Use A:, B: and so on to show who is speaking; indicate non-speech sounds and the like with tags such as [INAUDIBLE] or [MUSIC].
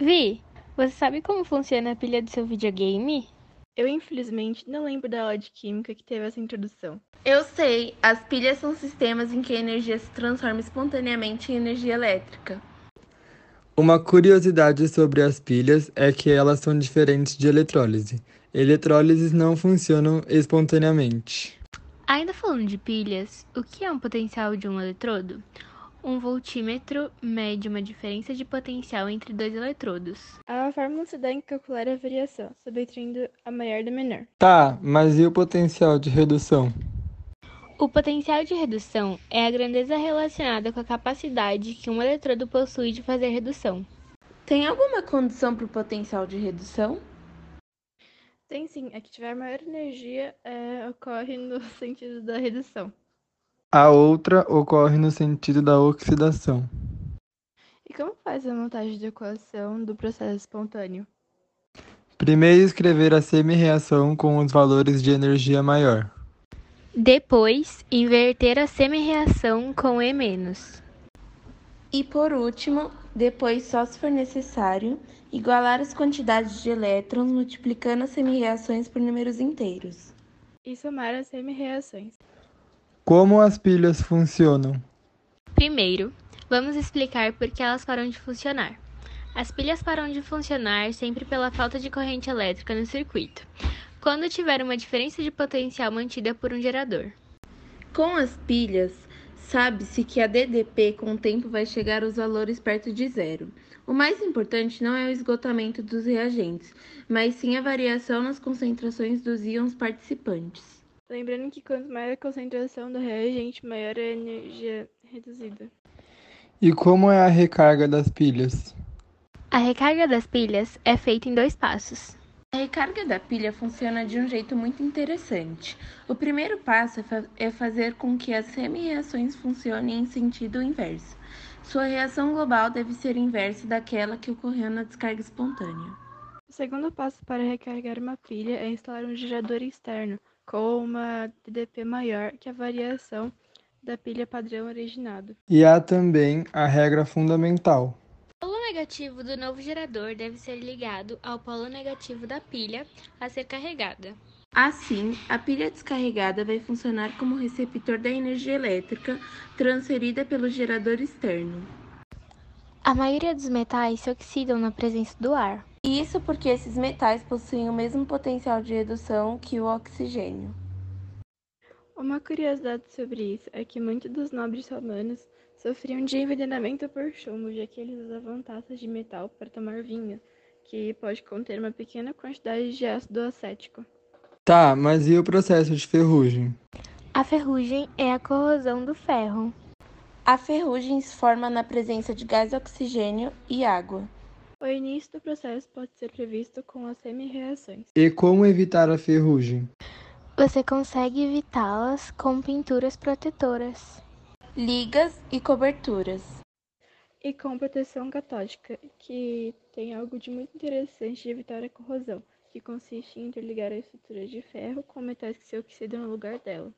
A: Vi, você sabe como funciona a pilha do seu videogame?
B: Eu infelizmente não lembro da aula de química que teve essa introdução.
C: Eu sei, as pilhas são sistemas em que a energia se transforma espontaneamente em energia elétrica.
D: Uma curiosidade sobre as pilhas é que elas são diferentes de eletrólise. Eletrólises não funcionam espontaneamente.
A: Ainda falando de pilhas, o que é um potencial de um eletrodo? Um voltímetro mede uma diferença de potencial entre dois eletrodos.
B: A fórmula se dá em calcular a variação, subtraindo a maior da menor.
D: Tá, mas e o potencial de redução?
A: O potencial de redução é a grandeza relacionada com a capacidade que um eletrodo possui de fazer redução.
C: Tem alguma condição para o potencial de redução?
B: Tem sim, a que tiver maior energia é, ocorre no [LAUGHS] sentido da redução.
D: A outra ocorre no sentido da oxidação.
B: E como faz a montagem de equação do processo espontâneo?
D: Primeiro escrever a semi-reação com os valores de energia maior.
A: Depois, inverter a semi-reação com E-.
C: E por último, depois, só se for necessário, igualar as quantidades de elétrons multiplicando as semi-reações por números inteiros.
B: E somar as semi-reações.
D: Como as pilhas funcionam?
A: Primeiro, vamos explicar por que elas param de funcionar. As pilhas param de funcionar sempre pela falta de corrente elétrica no circuito, quando tiver uma diferença de potencial mantida por um gerador.
C: Com as pilhas, sabe-se que a DDP com o tempo vai chegar aos valores perto de zero. O mais importante não é o esgotamento dos reagentes, mas sim a variação nas concentrações dos íons participantes.
B: Lembrando que quanto maior a concentração do reagente, maior a energia reduzida.
D: E como é a recarga das pilhas?
A: A recarga das pilhas é feita em dois passos.
C: A recarga da pilha funciona de um jeito muito interessante. O primeiro passo é, fa é fazer com que as semi-reações funcionem em sentido inverso. Sua reação global deve ser inversa daquela que ocorreu na descarga espontânea.
B: O segundo passo para recarregar uma pilha é instalar um gerador externo, com uma DDP maior que a variação da pilha padrão originado.
D: E há também a regra fundamental.
A: O polo negativo do novo gerador deve ser ligado ao polo negativo da pilha a ser carregada.
C: Assim, a pilha descarregada vai funcionar como receptor da energia elétrica transferida pelo gerador externo.
A: A maioria dos metais se oxidam na presença do ar.
C: Isso porque esses metais possuem o mesmo potencial de redução que o oxigênio.
B: Uma curiosidade sobre isso é que muitos dos nobres romanos sofriam de envenenamento por chumbo, já que eles usavam taças de metal para tomar vinho, que pode conter uma pequena quantidade de ácido acético.
D: Tá, mas e o processo de ferrugem?
A: A ferrugem é a corrosão do ferro.
C: A ferrugem se forma na presença de gás oxigênio e água.
B: O início do processo pode ser previsto com as semi-reações.
D: E como evitar a ferrugem?
A: Você consegue evitá-las com pinturas protetoras.
C: Ligas e coberturas.
B: E com proteção catódica, que tem algo de muito interessante de evitar a corrosão, que consiste em interligar a estrutura de ferro com metais que se oxidam no lugar dela.